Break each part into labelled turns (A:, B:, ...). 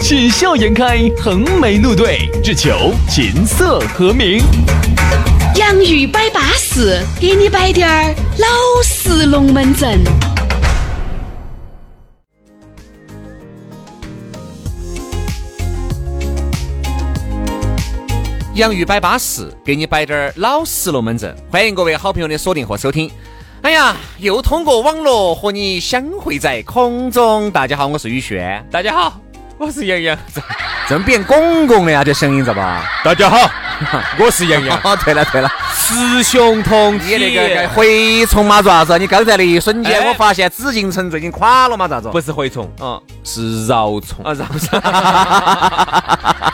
A: 喜笑颜开，横眉怒对，只求琴瑟和鸣。
B: 洋芋摆巴士，给你摆点儿老式龙门阵。
C: 洋芋摆巴适，给你摆点儿老实龙门阵。欢迎各位好朋友的锁定和收听。哎呀，又通过网络和你相会在空中。大家好，我是宇轩。大家好，我是杨洋。真变公公了呀，这声音咋吧？
D: 大家 好，我是杨洋，
C: 哦，对了对了，
D: 雌雄同体
C: 你。那个蛔虫嘛爪子，你刚才那一瞬间，
D: 哎
C: 我发现紫禁城最近垮了嘛咋子？
D: 不是蛔虫，
C: 嗯，
D: 是饶虫。
C: 啊，是不是？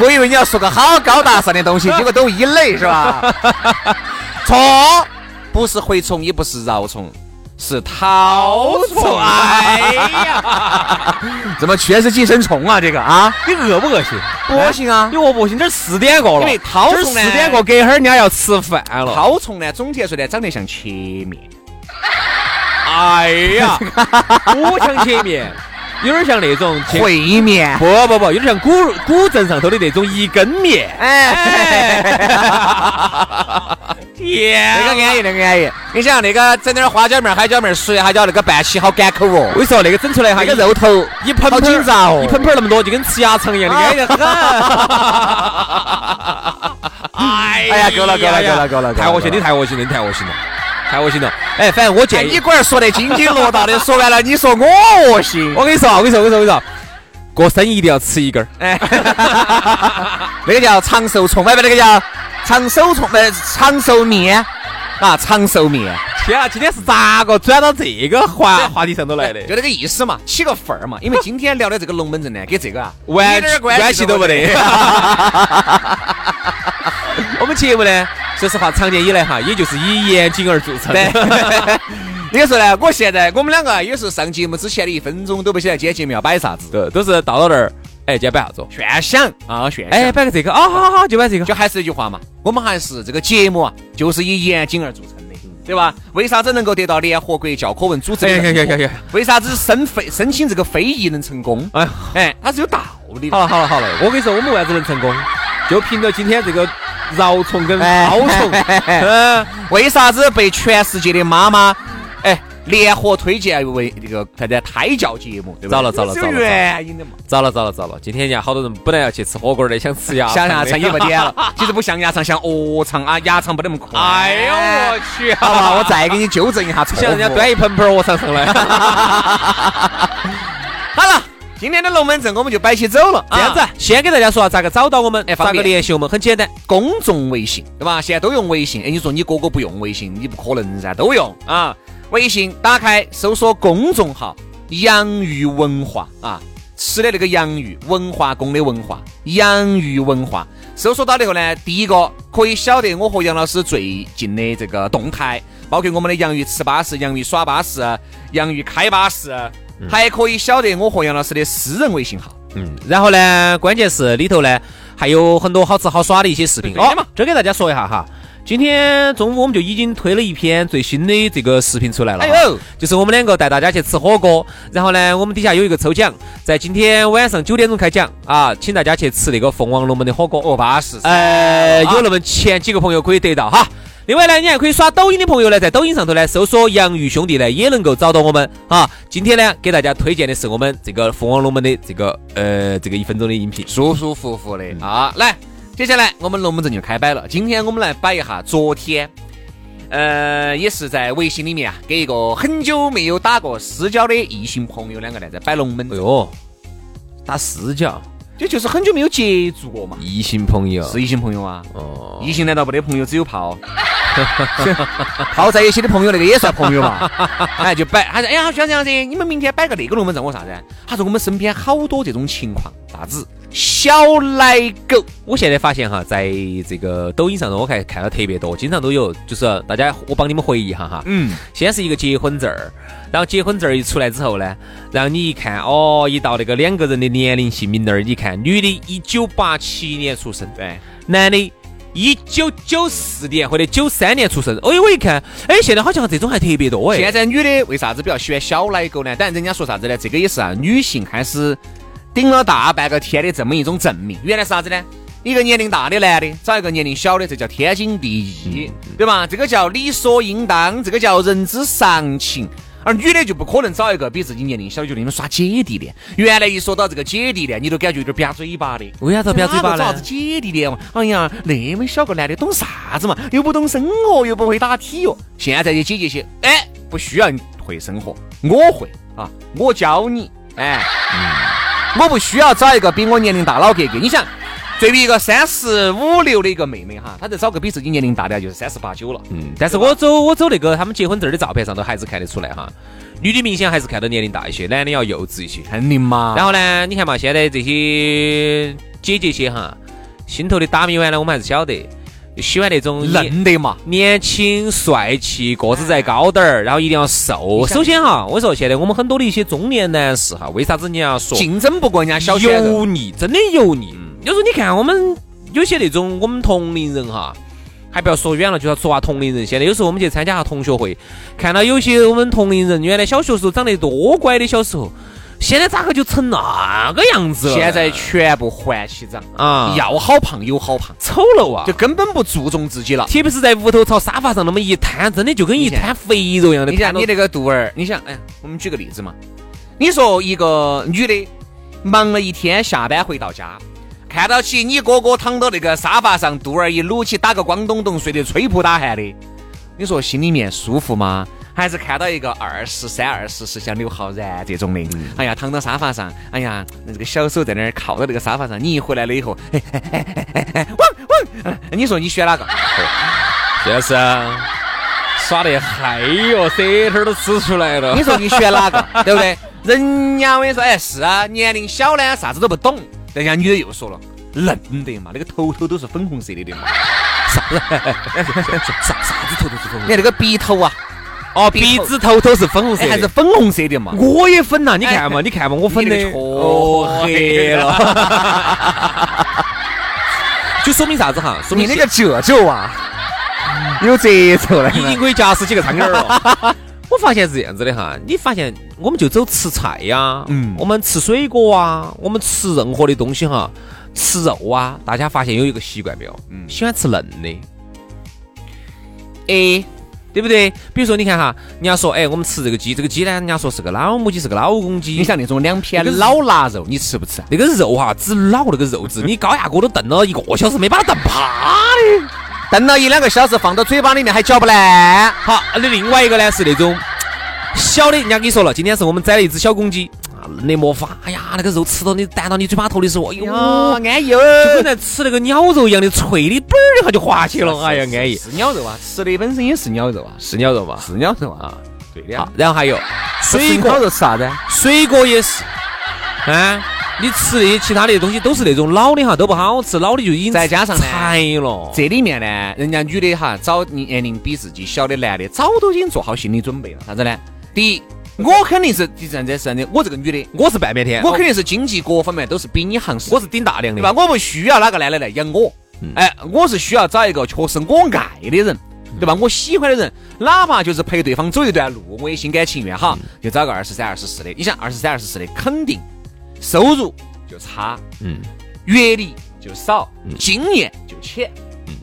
C: 我以为你要说个好高大上的东西，结果都一类是 吧？错，不是蛔虫，也不是饶虫，是绦虫。
D: 哎呀，
C: 怎么全是寄生虫啊？这个啊，
D: 你恶不恶心？哎
C: 恶心啊
D: 你！恶不恶心？这儿四点过了，
C: 因为绦虫呢
D: 四点过，隔一会儿人家要吃饭了。
C: 绦虫呢，总体来说呢，长得像切面。
D: 哎 呀，五强切面，有点像那 种切
C: 烩面。
D: 不不不，有点像古古镇上头的那种一根面。 天哎
C: 哎，那个 安逸，那个安逸。你想那个整点儿花椒面儿、海椒面儿、水海椒那个拌起，好赶口哦。
D: 我跟你说，那个整出来哈，
C: 那个肉头
D: 一盆
C: 好
D: 盆
C: 紧张哦
D: 一盆盆那么多，就跟吃鸭肠一样的，安逸得很。哎
C: 哎呀够了够了够了够了够了
D: 太恶心，你太恶心了，你太恶心了，太恶心了。哎，反正我
C: 哎，
D: 建
C: 你
D: 议，
C: 龟儿说得津津乐道的，说完了，你说我恶心。
D: 我跟你说，我跟你说，我跟你说，我跟你说，过生日一定要吃一根儿。
C: 哎，那个叫长寿虫，哎不，那个叫长寿虫，呃，长寿面啊，长寿面，
D: 天啊，今天是咋个转到这个话话题上头 来的？
C: 就那个意思嘛，起个份儿嘛。因为今天聊的这个龙门阵呢，跟这个啊
D: 完
C: 一点儿
D: 关系都
C: 没
D: 不得。我们节目呢，说实话，长年以来哈，也就是以严谨而著称。
C: 对，你说呢？我现在我们两个也是上节目之前的一分钟都不晓得今天节目要摆啥子，
D: 对，都是到了那儿，哎，今天摆啥子哦？
C: 炫想啊，炫想。
D: 哎，摆个这个啊，好好好，就摆这个。
C: 就还是那句话嘛，我们还是这个节目啊，就是以严谨而著称的，
D: 嗯
C: 对吧？为啥子能够得到联合国教科文组织的
D: 哎呀呀
C: 认
D: 呀
C: 可？
D: 呀呀！
C: 为啥子申非申请这个非遗能成功？
D: 哎呀，
C: 哎，它是有道理
D: 好
C: 的。
D: 了好了好了，我跟你说，我们为啥子能成功？就凭着今天这个饶虫跟
C: 哎
D: 绦虫， 嗯，
C: 为啥子被全世界的妈妈哎联合推荐为这个啥子胎教节目？对吧？
D: 糟了糟了
C: 这是有
D: 糟了
C: 原因的嘛。
D: 糟了糟了糟了！今天人家好多人本来要去吃火锅的，想吃鸭
C: 像
D: 肠的
C: 鸭肠也不点了，其实不像鸭肠，像鹅肠啊，鸭肠不得那么 宽。
D: 哎呦我去！
C: 好吧，我再给你纠正一下错误。
D: 想人家端一盆盆儿我上上来。
C: 好了，今天的龙门阵我们就摆起走了，
D: 这样子
C: 啊。，
D: 先给大家说下咋个找到我们，
C: 哎方
D: 咋
C: 便
D: 个联系我们，很简单。
C: 公众微信，对吧？现在都用微信。哎，你说你哥哥不用微信，你不可能噻，都用啊。微信打开，搜索公众号“洋芋文化”啊，吃的那个洋芋，文化宫的文化，洋芋文化。搜索到以后呢，第一个可以晓得我和杨老师最近的这个动态，包括我们的洋芋吃巴士、洋芋耍巴士、洋芋开巴士，还可以晓得我和杨老师的私人微信号。
D: 嗯，然后呢，关键是里头呢还有很多好吃好耍的一些视频哦
C: 对的嘛。
D: 这给大家说一下哈。今天中午我们就已经推了一篇最新的这个视频出来了哈，
C: 哎呦
D: 就是我们两个带大家去吃火锅，然后呢，我们底下有一个抽奖，在今天晚上九点钟开奖啊，请大家去吃那个凤凰龙门的火锅。
C: 哦，巴适。
D: 呃，有那么前几个朋友可以得到哈。另外呢，你还可以刷抖音的朋友呢，在抖音上头呢搜索“洋芋兄弟”呢，也能够找到我们啊。今天呢，给大家推荐的是我们这个凤凰龙门的这个呃这个一分钟的音频。
C: 舒舒服服的、
D: 嗯
C: 啊。来，接下来我们龙门阵就开摆了。今天我们来摆一下昨天，呃，也是在微信里面啊，给一个很久没有打过私交的异性朋友两个呢在摆龙门
D: 哎
C: 阵，
D: 呦，打私交，
C: 这就是很久没有接触过嘛。
D: 异性朋友
C: 是异性朋友啊，
D: 哦，
C: 异性难道没得朋友只有炮？泡在一起的朋友，那个也算朋友嘛？哎，就摆，他说，哎呀，好兄弟，你们明天摆个那个龙门阵，我啥子？他说我们身边好多这种情况，啥子？小奶狗。
D: 我现在发现哈，在这个抖音上头，我看看到特别多，经常都有，就是大家我帮你们回忆一下哈。
C: 嗯，
D: 先是一个结婚证儿，然后结婚证儿一出来之后呢，然后你一看，哦，一到那个两个人的年龄姓名那儿，你看女的一九八七年出生，
C: 对，
D: 男的一九九四年或者九三年出生。哎呦，我一看，哎，现在好像这种还特别多哎。
C: 现在女的为啥子比较喜欢小奶狗呢？当然，人家说啥子呢？这个也是啊，女性开始顶了大半个天的这么一种证明。原来是啥子呢？一个年龄大的男的找一个年龄小的，这叫天经地
D: 嗯
C: 义，对吧？这个叫理所应当，这个叫人之常情。而女的就不可能找一个比自己年龄小的，就那种耍姐弟恋。原来一说到这个姐弟恋，你都感觉有点扁嘴巴的。
D: 为啥子不要嘴巴
C: 哪个找啥
D: 呢
C: 子？姐弟恋嘛？哎呀，那么小个男的懂啥子嘛？又不懂生活，又不会打体育。现在的姐姐些，哎，不需要你会生活，我会啊，我教你，哎，我不需要找一个比我年龄大老哥哥。你想，对比一个三十五六的一个妹妹哈，她再找个比自己年龄大的，就是三十八九了。
D: 嗯，但是我走我走那个他们结婚证儿的照片上头还是看得出来哈，女的明显还是看到年龄大一些，男的要幼稚一些。
C: 肯定嘛然
D: 然
C: 后
D: 后呢，你看嘛，现在这些姐姐些哈，心头的打米碗呢，我们还是晓得，喜欢那种年
C: 嫩的嘛，
D: 年轻帅气，个子再高点儿，然后一定要瘦。
C: 想
D: 首先哈，我说现在我们很多的一些中年男士哈，为啥子你要说
C: 竞争不过人家小鲜肉。
D: 油腻，真的油腻。
C: 嗯
D: 有时候你看我们有些那种我们同龄人哈，还不要说远了，就要说下同龄人。现在有时候我们去参加下同学会，看到有些我们同龄人原来小学时候长得多乖的，小时候，现在咋个就成那个样子了？
C: 现在全部环起长，
D: 啊，
C: 要好胖有好胖，
D: 丑陋啊
C: 就！根本不注重自己了。
D: 特别是在屋头朝沙发上那么一摊，真的就跟一摊肥肉一样的
C: 你想
D: 摊到
C: 你那个肚儿，你想，哎，我们举个例子嘛，你说一个女的忙了一天，下班回到家，看到起你哥哥躺到那个沙发上，肚儿一撸起，打个光咚咚，睡得吹扑打鼾的，你说心里面舒服吗？还是看到一个二十三、二十四像刘昊然这种的，哎呀，躺到沙发上，哎呀，这个小手在那儿靠到那个沙发上，你一回来了以后，嘿嘿嘿嘿嘿嘿，汪汪，你说你选哪个？
D: 这是耍得嗨哟，舌头都吃出来了
C: 你说你选哪个，对不对？人家我跟你说，哎，是啊，年龄小呢，啥子都不懂。人家女的又说了，嫩的嘛，那个头头都是粉红色的的嘛，
D: 啥啥子头都是粉
C: 你
D: 红，
C: 看那个鼻头啊，
D: 哦，鼻子头头是粉红色
C: 哎
D: 的，
C: 还是粉红色的嘛。
D: 我也粉呐、你看 嘛，你看嘛，我粉的
C: 你那个错
D: 哦黑了， 就说明啥子哈？说
C: 你
D: 明
C: 那个褶皱啊，有褶皱了
D: 已经可以夹死几个苍蝇儿哦了。 我发现是这样子的哈，你发现我们就走吃菜呀、
C: 嗯
D: 我们吃水果啊，我们吃任何的东西哈，吃肉啊，大家发现有一个习惯没有？
C: 嗯
D: 喜欢吃嫩的，
C: 哎，
D: 对不对？比如说你看哈，人家说哎，我们吃这个鸡，这个鸡呢，人家说是个老母鸡，是个老公鸡，
C: 你像那种两片
D: 那个是
C: 老腊肉，你吃不吃？
D: 那个肉哈、只老那个肉质，
C: 嗯
D: 你高压锅都炖了一个小时，没把它炖趴的。
C: 炖了一两个小时，放到嘴巴里面还嚼不烂。
D: 好，那另外一个呢是那种小的，人家跟你说了，今天是我们宰了一只小公鸡，啊，嫩的没法，哎呀，那个肉吃到你弹到你嘴巴头的时候，哎呦，
C: 哟，
D: 就
C: 安逸哦，
D: 跟在吃那个鸟肉一样的脆的，嘣儿一下就滑起了，哎呀，安逸。
C: 啊是鸟肉啊，吃的本身也是鸟肉啊，
D: 是鸟肉嘛？
C: 是鸟肉啊，对的
D: 好
C: 啊。，
D: 然后还有水
C: 鸟
D: 果，
C: 肉是啥子？
D: 水果也是，啊，你吃那些其他的东西都是那种老的哈，都不好吃，老的就已经
C: 再加上呢
D: 柴了。
C: 这里面呢，人家女的哈，找年龄比自己小的男的，早都已经做好心理准备了。啥子呢？第一，我肯定是第三这三的，我这个女的，
D: 我是半边天，
C: 我肯定是经济各方面都是比你行势，
D: 我是顶大梁的
C: 对吧？。我不需要哪个男的来养我，哎，我是需要找一个确实我爱的人，对吧？我喜欢的人，哪怕就是陪对方走一段路，我也心甘情愿哈。就找个二十三、二十四的，你想二十三、二十四的，肯定收入就差，
D: 嗯，
C: 阅历就少，经验就浅，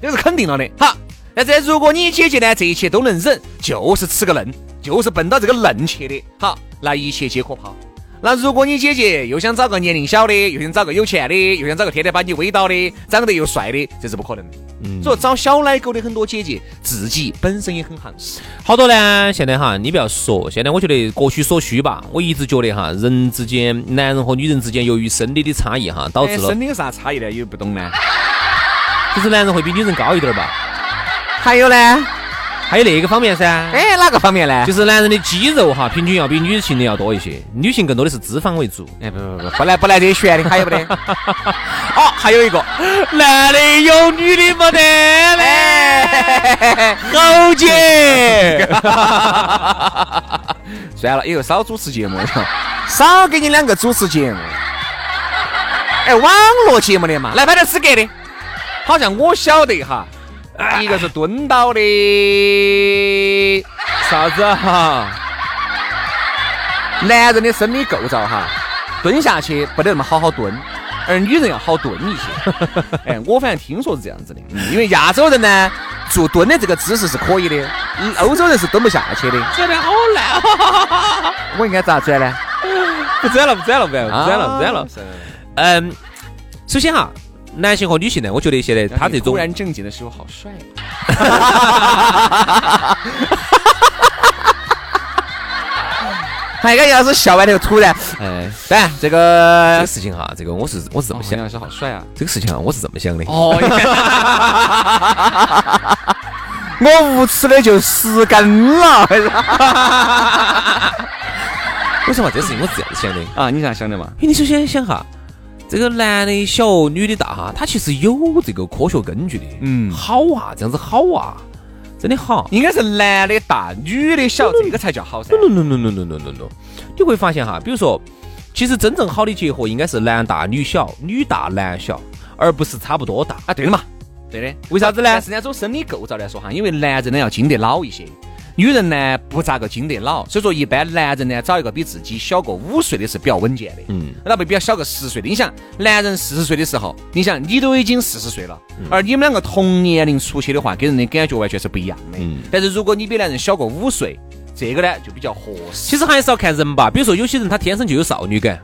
C: 这是肯定了的。好，那这如果你姐姐呢，这一切都能忍，就是吃个嫩，就是奔到这个嫩去的。好，那一切皆可抛。那如果你姐姐又想找个年龄小的，又想找个有钱的，又想找个天天把你围到的，长得又帅的，这是不可能的。所以找小奶狗的很多姐姐，自己本身也很行势。
D: 好多呢，现在哈，你不要说，现在我觉得各取所需吧。我一直觉得哈，人之间，男人和女人之间，由于生理的差异哈，导致
C: 哎
D: 了
C: 生的有啥差异呢？也不懂呢。
D: 就是男人会比女人高一点儿吧。
C: 还有呢，
D: 还有那个方面噻，
C: 哎，哪个方面呢？
D: 就是男人的肌肉哈，平均要比女性的要多一些，女性更多的是脂肪为 主。
C: 哎，不不不，不来不来这些悬的，还有不得？哦，还有一个，
D: 男的有，女的没得嘞，好姐，
C: 算了，以后少主持节目， 少给你两个主持节目。哎，网络节目的嘛，来拍点资格的，好像我晓得哈，一个是蹲到的
D: 啥子哈？
C: 啊男人的生理构造哈，蹲下去不得那么好好蹲，而女人要好蹲一些。哎，我反正听说是这样子的，嗯因为亚洲人呢做蹲的这个姿势是可以的，嗯欧洲人是蹲不下去的。
D: 真的好烂，
C: 我应该咋转呢？
D: 不转了，不转了，不转了，不转啊了，不转了。
C: 是。
D: 嗯，首先哈，男性和女性呢，我觉得现在他这种
C: 突然正经的时候好帅、 啊，还哎敢要是笑完头突然，
D: 哎，
C: 当然这
D: 这
C: 个
D: 个事情哈，这个我是我哦是这么想
C: 想，老师好帅啊！
D: 这个事情啊，我是这么想的。
C: 哦，我无耻的就失根了
D: 为什么这事情我是这样子想的？哎
C: 啊！你咋想的嘛？
D: 因为你首先想哈，这个男的小，女的大哈，他其实有这个科学根据的。
C: 嗯
D: 好啊，这样子好啊，真的好。
C: 应该是男的大，女的小，这个才叫好噻。
D: no no no no no no no no，你会发现哈，比如说，其实真正好的结合应该是男大女小，女大男小，而不是差不多大。
C: 啊，对的嘛，对的。
D: 为啥子呢
C: 但是呢，从生理构造来说哈，因为男人呢要经得老一些，女人呢不咋个经得老，所以说一般男人呢找一个比自己小个五岁的是比较稳健的。
D: 嗯，
C: 那不比较小个十岁的，你想，男人四十岁的时候，你想你都已经四十岁了，
D: 嗯
C: 而你们两个同年龄出去的话，给人的感觉完全是不一样的。
D: 嗯
C: 但是如果你比男人小个五岁，这个呢就比较合适。
D: 其实还是要看人吧，比如说有些人他天生就有少女感，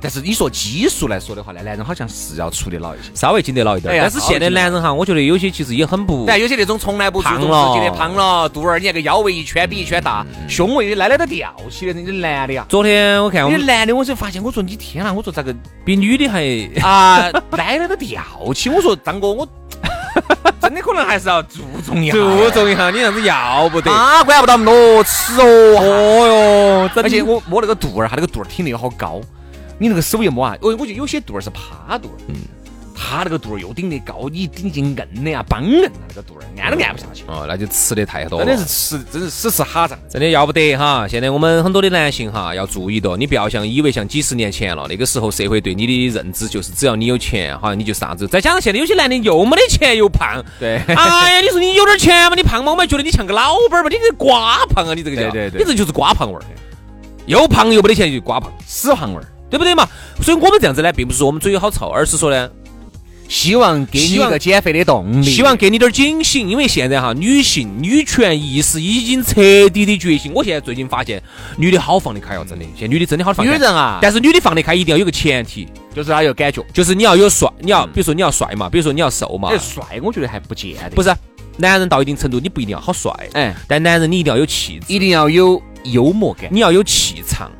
C: 但是你说基数来说的话呢，男人好像是要处理老一些。
D: 稍微经得老一点儿。
C: 哎呀
D: 但是现在男人哈，我觉得有些其实也很不
C: 但有些那种从来不注重自己的胖了，肚儿你看个腰围一圈比一圈大，
D: 嗯
C: 胸围来来都吊起的，你男的呀。
D: 昨天我看我
C: 你
D: 们
C: 男的，我就发现，我说你天啊，我说咋个
D: 比女的还，
C: 啊，来了都吊起？我说张哥，我 真的可能还是要注 重一下，
D: 注重一下，你这样子要不得。
C: 啊，管不到那么多吃哦。
D: 哦哟，而
C: 而且
D: 且
C: 我摸那个肚儿，啊他那个肚儿挺的好高，你那个手一摸啊，我我觉得有些肚儿是趴肚儿，他那个肚儿又顶得高，你顶进硬的呀，梆硬啊那个肚儿，按都按不下去，
D: 哦，那就吃的太多了，
C: 真的是吃，真是死吃哈胀。
D: 真的要不得哈！现在我们很多的男性哈要注意的，你不要像以为像几十年前了，那个时候社会对你的认知就是只要你有钱，好像你就啥子。再加上现在有些男的又没得钱又胖，
C: 对
D: 哎呀，你说你有点钱嘛，你胖嘛，我们还觉得你像个老板儿嘛，你这个瓜胖啊，你这个叫，
C: 对对对
D: 你这就是瓜胖味儿，又胖又没得钱就瓜胖，
C: 死胖味儿。
D: 对不对嘛？所以我们这样子呢，并不是说我们嘴有好臭，而是说呢，
C: 希望给你一个减肥的动力。
D: 希望给你点儿警醒，因为现在哈，女性女权意识已经彻底的觉醒。我现在最近发现，女的好放得开哦，真的，现在女的真的好放
C: 女
D: 得开。
C: 人啊，
D: 但是女的放得开一定要有个前提，
C: 就是她有感觉。
D: 就是你要有帅，你要比如说你要帅嘛，比如说你要瘦嘛
C: 这，帅，我觉得还不见得。
D: 不
C: 是，啊
D: 是？男人到一定程度，你不一定要好帅，
C: 哎，
D: 但男人你一定要有气质，
C: 一定要有幽默感。
D: 你要有气场。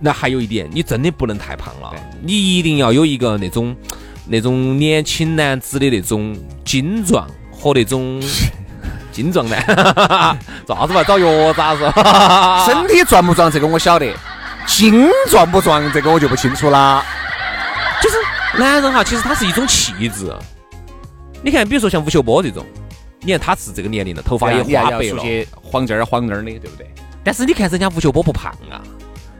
D: 那还有一点，你真的不能太胖了
C: 嗯对，
D: 你一定要有一个那种那种年轻男子的那种精壮和那 种精 壮男，咋子嘛？找药咋子？
C: 身体壮不壮，这个我晓得。心壮不壮，这个我就不清楚啦。
D: 就是男人哈，其实他是一种气质。你看，比如说像吴秀波这种，你看他是这个年龄了，头发也花白了，
C: 些晃这儿晃那儿的，对不对？
D: 但是你看人家吴秀波不胖啊。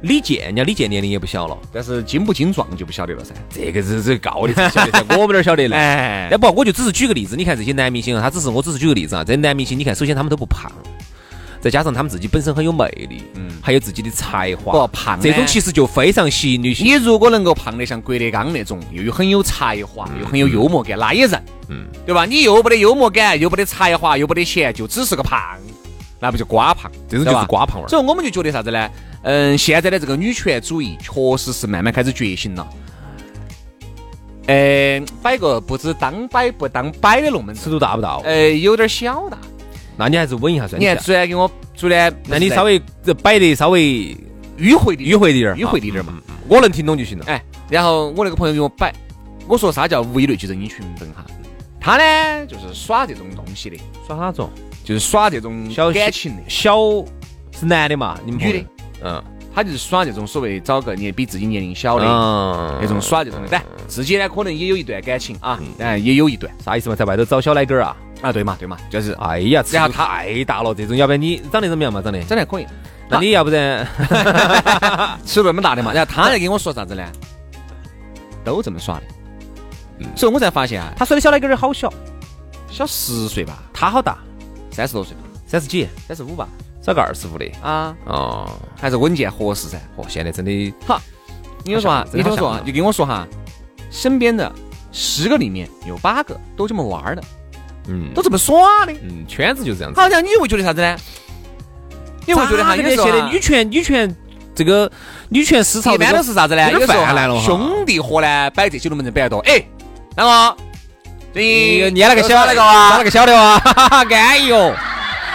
D: 李健，人家李健年龄也不小了，
C: 但是精不精壮就不晓得了 噻。
D: 这个是这高的才晓得噻，我们哪儿晓得呢？
C: 哎
D: 要，不我就只是举个例子，你看这些男明星啊，他只是我只是举个例子啊，这些男明星你看，首先他们都不胖，再加上他们自己本身很有魅力，嗯，还有自己的才华
C: 不，胖呢
D: 这种其实就非常吸引女性。
C: 你如果能够胖得像郭德纲那种，又有很有才华，又很有幽默感，那也人，嗯，对吧？你又没得幽默感，又没得才华，又没得钱，就只是个胖，那不就瓜胖？
D: 这种
C: 对
D: 就
C: 吧
D: 是瓜胖味儿。
C: 所以我们就觉得啥子呢？嗯，现在的这个女权主义确实是慢慢开始觉醒了。呃，摆个不知当摆不当摆的龙门
D: 尺
C: 阵，
D: 度大不大？
C: 呃，有点小大。
D: 哎那你还是稳一下算
C: 你
D: 一
C: 看
D: 下。
C: 昨天给我昨天，
D: 那你稍微这摆得稍微
C: 迂回的
D: 迂回一点儿，
C: 迂回一点儿嘛哎
D: 啊，嗯嗯我能听懂就行了。
C: 哎，然后我那个朋友给我摆，我说啥叫物以类聚，人以群分哈。他他呢就是耍这种东西的，
D: 耍哪种？
C: 就是耍这种
D: 小
C: 感情的，
D: 小是男的嘛？你们
C: 女的
D: 朋友，
C: 他就是耍这种所谓找个年比自己年龄小
D: 嗯
C: 的
D: 嗯
C: 那种耍这种的。但自己呢可能也有一段感情啊，
D: 嗯
C: 但也有一段
D: 啥意思嘛？在外头找小奶狗儿啊？
C: 啊，对嘛对嘛，就是啊，
D: 哎呀，
C: 然
D: 然
C: 后
D: 后他太大了，这种要不然你长得怎么样嘛？长得，
C: 真的可以。啊
D: 那你要不然
C: 吃那么大的嘛，然后他来跟我说啥子呢？都这么耍的，
D: 嗯
C: 所以我才发现啊，
D: 他说的小奶狗儿好小，
C: 小十岁吧，
D: 他好大，
C: 三十多岁吧，
D: 三十几，
C: 三十五吧，
D: 找个二十五的
C: 啊，
D: 哦。
C: 还是稳健合适噻。
D: 哦，现在真的
C: 你跟我说啊，
D: 真
C: 你
D: 的好
C: 听我说啊
D: 吓，人
C: 你跟我说哈，身边的十个里面有八个都这么玩儿的，
D: 嗯
C: 都这么耍的，
D: 嗯，圈子就这样子。
C: 好像你会觉得啥子呢？你会觉得哈，
D: 这
C: 有
D: 个
C: 的时候
D: 现在
C: 啊
D: 女权女权这个女权思潮
C: 一
D: 这
C: 般
D: 个
C: 都是啥子呢？
D: 这
C: 有
D: 个
C: 的时候
D: 泛
C: 啊
D: 滥了哈
C: 兄弟伙呢，摆这些龙门阵摆得多。哎，那个最
D: 你
C: 近
D: 捏了个小
C: 那个
D: 啊，
C: 啊，
D: 抓了个小的啊， 哈哈，安逸哦。嗯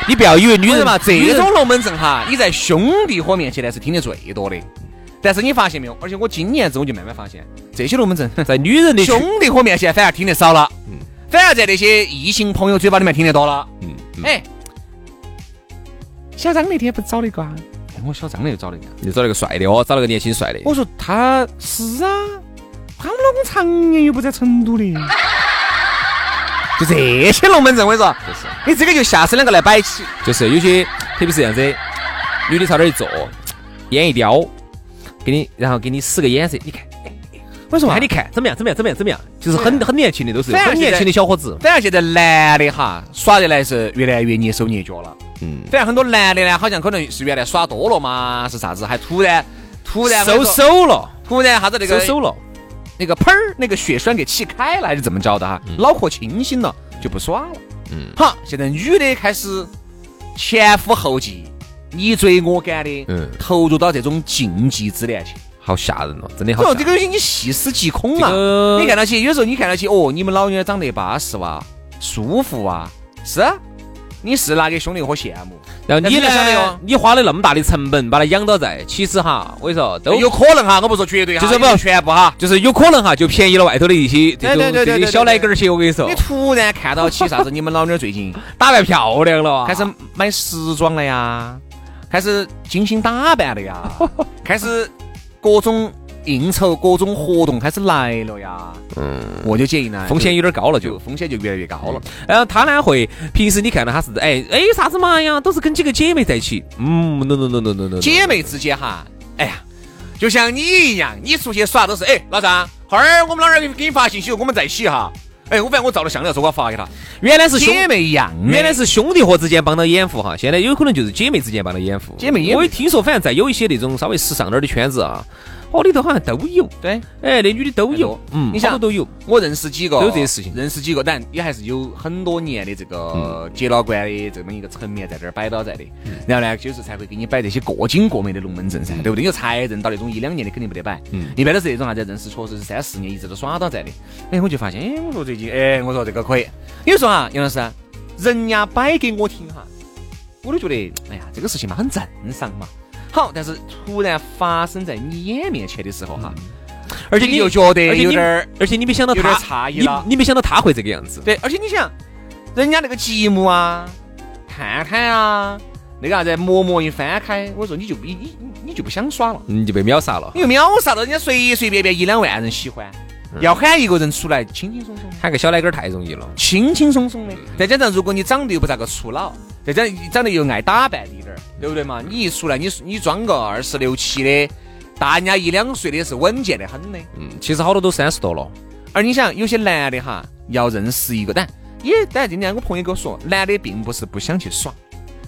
D: 你不要以为女
C: 女人
D: 人
C: 嘛，
D: 女
C: 这
D: 人
C: 种龙门阵哈，你在兄弟伙面前呢是听得最多的。但是你发现没有？而且我今年子我就慢慢发现，这些龙 门阵哼
D: 在女人的圈
C: 兄弟伙面前反而听得少了
D: 嗯，
C: 反而在那些异性朋友嘴巴里面听得多了。
D: 嗯嗯
C: 哎，小张那天不是找了一个啊？哎我小张那又找了一个啊。
D: 你找了个帅的哦，找了个年轻帅的。
C: 我说他是啊，他们老公常年又不在成都的。 就这些龙门阵，我跟你说，
D: 就是
C: 你这个就下次两个来摆起。
D: 就是有些，特别是这样子，女的朝那儿一坐，眼一叼，给你，然后给你使个眼色，你看，
C: 为什么
D: 哎，你看怎么样？怎么样？怎么样？怎么样？就是很很年轻的，都是
C: 反而
D: 很啊年轻的小伙子。
C: 反而现在男的哈耍得来是越来越蹑手蹑脚了。
D: 嗯，
C: 反而很多男的呢，好像可能是原来耍多了嘛，是啥子？还突然突然
D: 收，手了，
C: 突然啥子那
D: 收
C: 个
D: 手了。
C: 那个喷儿那个血栓给气开了，还是怎么着的哈？脑壳清醒了就不耍了。
D: 嗯
C: 好，现在女的开始前赴后继，你追我赶的，
D: 嗯
C: 投入到这种竞技之恋去。
D: 好吓人哦，真的好吓
C: 哦，
D: 人。
C: 这个东西你细思极恐
D: 这
C: 啊！
D: 个
C: 你看到起，有时候你看到起，哦，你们老娘长得巴适哇，舒服哇，是啊，你是哪个兄弟伙羡慕？
D: 然后你
C: 但是你晓得哟
D: 呢？你花了那么大的成本把它养到在，其实哈，我跟你说，都
C: 有可能哈，我不说绝对哈，
D: 就是不
C: 也全部哈。
D: 就是有可能哈，就便宜了外头的一些这
C: 对对
D: 种
C: 对对
D: 这些
C: 对
D: 小奶狗儿些。我跟你说
C: 你，突然看到起啥子？你们老娘最近
D: 打扮漂亮了啊，
C: 开始买时装了呀，开始精心打扮 了呀，开始各种应酬、各种活动开始来了呀。嗯，我就建议呢，
D: 风险有点高了
C: 就
D: 就。嗯
C: 风险就越来越高了。
D: 然后他呢会平时你看到他是哎哎啥子嘛呀，都是跟几个姐妹在一起。嗯，no no no no no no，
C: 姐妹之间哈，哎呀，就像你一样，你出去耍都是哎，老张，后儿我们老二给你发信息，我们在一起哈。哎，我反正我照了相了，说我要发给他。
D: 原来是兄
C: 姐妹一样哎的，
D: 原来是兄弟伙之间帮到掩护哈，现在有可能就是姐妹之间帮到掩护。
C: 姐妹掩护
D: 我也听说，反正在有一些那种稍微时尚点儿的圈子啊，哦里头好像都有，
C: 对。
D: 哎那女的都有
C: 多，
D: 嗯，
C: 你
D: 好
C: 想
D: 多都有。
C: 我认识几个
D: 都有这些事情嗯
C: 认识几个，但也还是有很多年的这个结老关的这么一个层面在这儿摆到在的。然后呢，有时候才会给你摆这些过经过美的龙门阵
D: 嗯
C: 噻，对不对？你才认到那种一两年的肯定不得摆，一般都是那种啥子认识确实是三四年一直都耍到在的。哎，我就发现，哎，我说最近，哎，我说这个可以。有时候啊，杨老师啊，人家摆给我听哈，我都觉得，哎呀，这个事情嘛很正常嘛。好，但是突然发生在你眼面前的时候哈，
D: 而嗯且你
C: 就觉得
D: 而且你
C: 有点儿。
D: 而且你没想到
C: 有点
D: 他，
C: 差异
D: 你
C: 了。
D: 你没想到他会这个样子。
C: 对，而且你想，人家那个节目啊，探探啊，那个啥子陌陌一翻开，我说你就你你你就不想耍了，
D: 你就被秒杀了
C: 你。又秒杀了，人家随随便便一两万人喜欢，要喊一个人出来，轻轻松松的。
D: 喊个小奶狗儿太容易了，
C: 轻轻松松的，再加上如果你长得又不咋个粗老，再加上长得又爱打扮一点儿，对不对嘛？你一出来，你你装个二十六七的，大人家一两岁的是稳健的很的。
D: 嗯，其实好多都三十多了，
C: 而你想，有些男的哈，要认识一个，但也但今天我朋友跟我说，男的并不是不想去耍，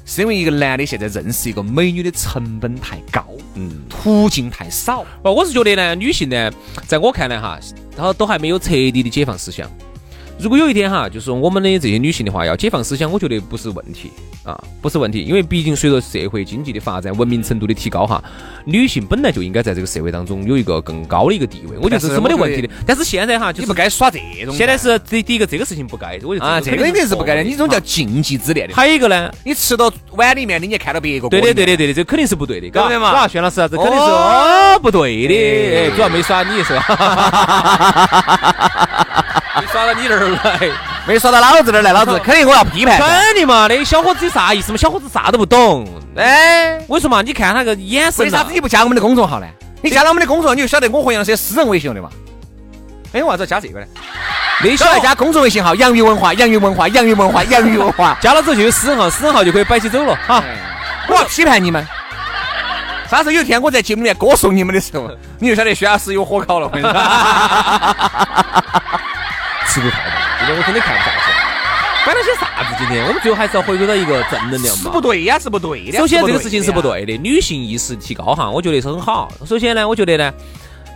C: 是因为一个男的现在认识一个美女的成本太高，
D: 嗯，
C: 途径太少。
D: 哦，我是觉得呢，女性呢，在我看来哈，她都还没有彻底的解放思想。如果有一天哈，就是我们的这些女性的话，要解放思想，我觉得不是问题啊，不是问题，因为毕竟随着社会经济的发展、文明程度的提高哈，女性本来就应该在这个社会当中有一个更高的一个地位，我觉得这是没得问题的。但是现在哈，就
C: 你
D: 是
C: 不该耍这种。
D: 现在是第第一个这个事情不该，我觉得
C: 啊，这个肯定是不该的，你这种叫
D: 啊
C: 竞技之恋的。
D: 还有一个呢，
C: 你吃到碗里面的，你也看到别个锅
D: 对
C: 里
D: 的，
C: 面。
D: 对的，对的，这肯定是不对的，
C: 对不对嘛
D: 啊，轩老师啊，这肯定是
C: 哦
D: 哦不对的， 哎主要没耍你是吧？没耍到你那儿来，
C: 没说到老子这儿来， 老子肯定我要批判他。
D: 肯定嘛，那个小伙子有啥意思嘛？小伙子啥都不懂。
C: 哎，
D: 我跟你说嘛，你看他那个眼神啊
C: 为
D: 呐
C: 啥子你不加我们的公众号呢？你加了我们的公众号，你就晓得我和杨老师有私人微信了的嘛？哎，我为啥子要加这个呢？
D: 那
C: 小
D: 小伙
C: 来加公众微信号“洋芋文化”，洋芋文化，洋芋文化，洋芋文化。啊
D: 加了之后就有私人号，私人号就可以摆起走了哈。
C: 我要批判你们。啥时候有一天我在节目里面歌颂你们的时 候，你就晓得薛老师有火烤了。我跟你说
D: 吃不透吧？今天我真的看不下去。管他些啥子？今天我们最后还是要回归到一个正能量
C: 是
D: 嘛
C: 不。对呀，是不对的。
D: 首先，这个事情是不
C: 的呀。
D: 对啊的，女性意识提高哈，我觉得是很好。首先呢，我觉得呢，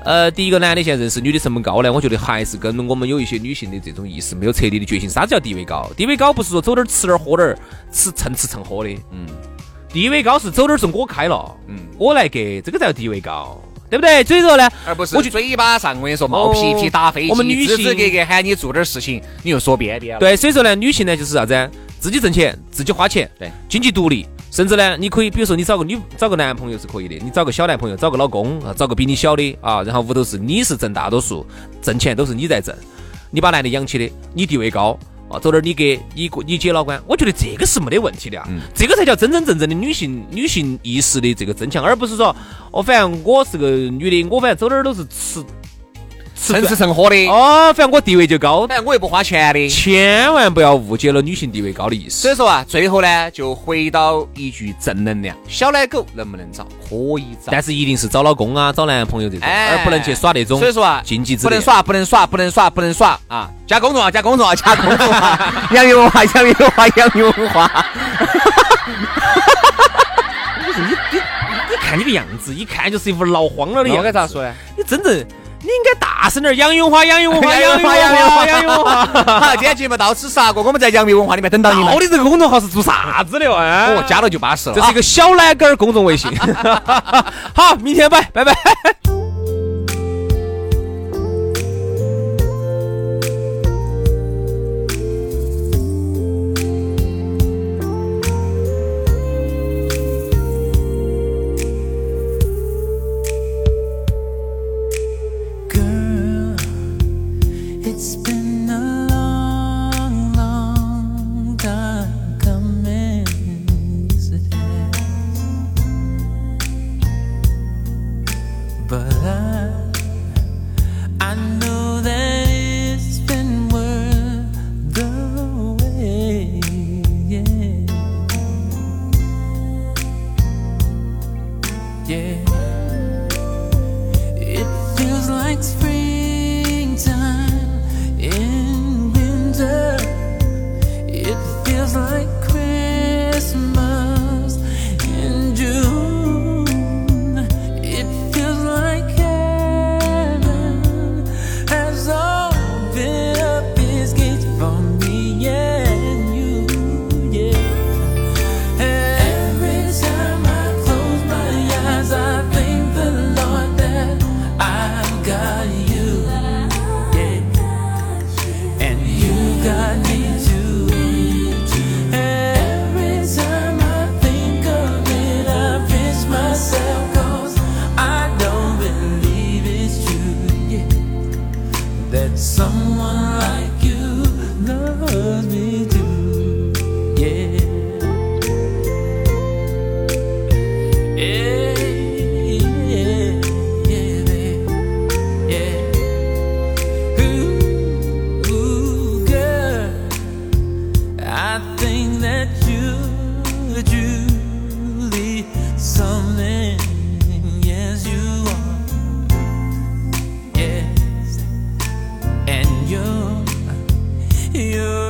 D: 呃，第一个男的现在认识女的成本高呢，我觉得还是跟我们有一些女性的这种意识没有彻底的觉醒。啥子叫地位高？地位高不是说走点儿吃点儿喝点儿，吃蹭吃蹭喝的。嗯，地位高是走点儿是我开了，嗯，我来给，这个才叫地位高，对不对？所以说呢，
C: 而不是
D: 我
C: 我哦
D: 就
C: 嘴巴上，我跟你说，冒皮皮打飞机，
D: 我们女
C: 指
D: 性
C: 指格格喊你做点事情，你又说边边了。
D: 对，所以说呢，女性呢就是啥子啊？自己挣钱，自己花钱，
C: 对，
D: 经济独立，甚至呢，你可以比如说你找个女，找个男朋友是可以的，你找个小男朋友，找个老公啊，找个比你小的啊，然后屋头是你是挣大多数，挣钱都是你在挣，你把男的养起的，你地位高。啊，走点儿你给你你姐老倌，我觉得这个是没得问题的啊，这个才叫真真正正的女性女性意识的这个增强，而不是说哦，反正我是个女的，我反正走哪儿都是吃吃
C: 蹭
D: 赚
C: 吃蹭喝的，
D: 哦，反正我地位就高，
C: 反正我又不花钱的。
D: 千万不要误解了女性地位高的意
C: 所
D: 思。
C: 以说啊，最后呢，就回到一句正能量：小奶狗能不能找？可以找，
D: 但是一定是找老公啊，找男朋友这种，
C: 哎
D: 而不能去耍那种
C: 所以说啊，
D: 禁忌之
C: 不能
D: 恋。
C: 耍，不能耍，不能耍，不能耍啊！加公众号，加公众号，加啊公众号， 洋芋文化，洋芋文化，洋芋文化。
D: 你看你的样子，一看就是一副闹慌了的样子。
C: 我该 咋说呢？
D: 你真正，你应该大声点儿，杨永花，杨永花，
C: 洋
D: 杨
C: 芋
D: 永
C: 文化
D: 花，
C: 洋芋文化
D: 杨永花。
C: 好，今天节目到此煞过，我们在洋芋文化里面等到你们
D: 到。底这个公众号是做啥子的哟？哎，
C: 哦，加了就巴适了
D: 这。是一个小奶狗儿公众微 信。好，明天拜，拜拜。
E: Girl, it's been a long, long time coming. Yes, it has. But I, I know that it's been worth the wait. Yeah, yeah. It feels like springtime in winter. It feels like Christmas in June. It feels like heaven has opened up its gates for me and you. Yeah. Every time I close my eyes, I thank the Lord that I've got you. Yeah. And you got me too. Every time I think of it, I pinch myself 'cause I don't believe it's true. Yeah. That someone like you loves me too. Yeah. Yeah, yeah, yeah, babe. Yeah. Ooh, ooh, girl, I think that you're truly something. Yes, you are. Yes, and you're, you're ah, Oh,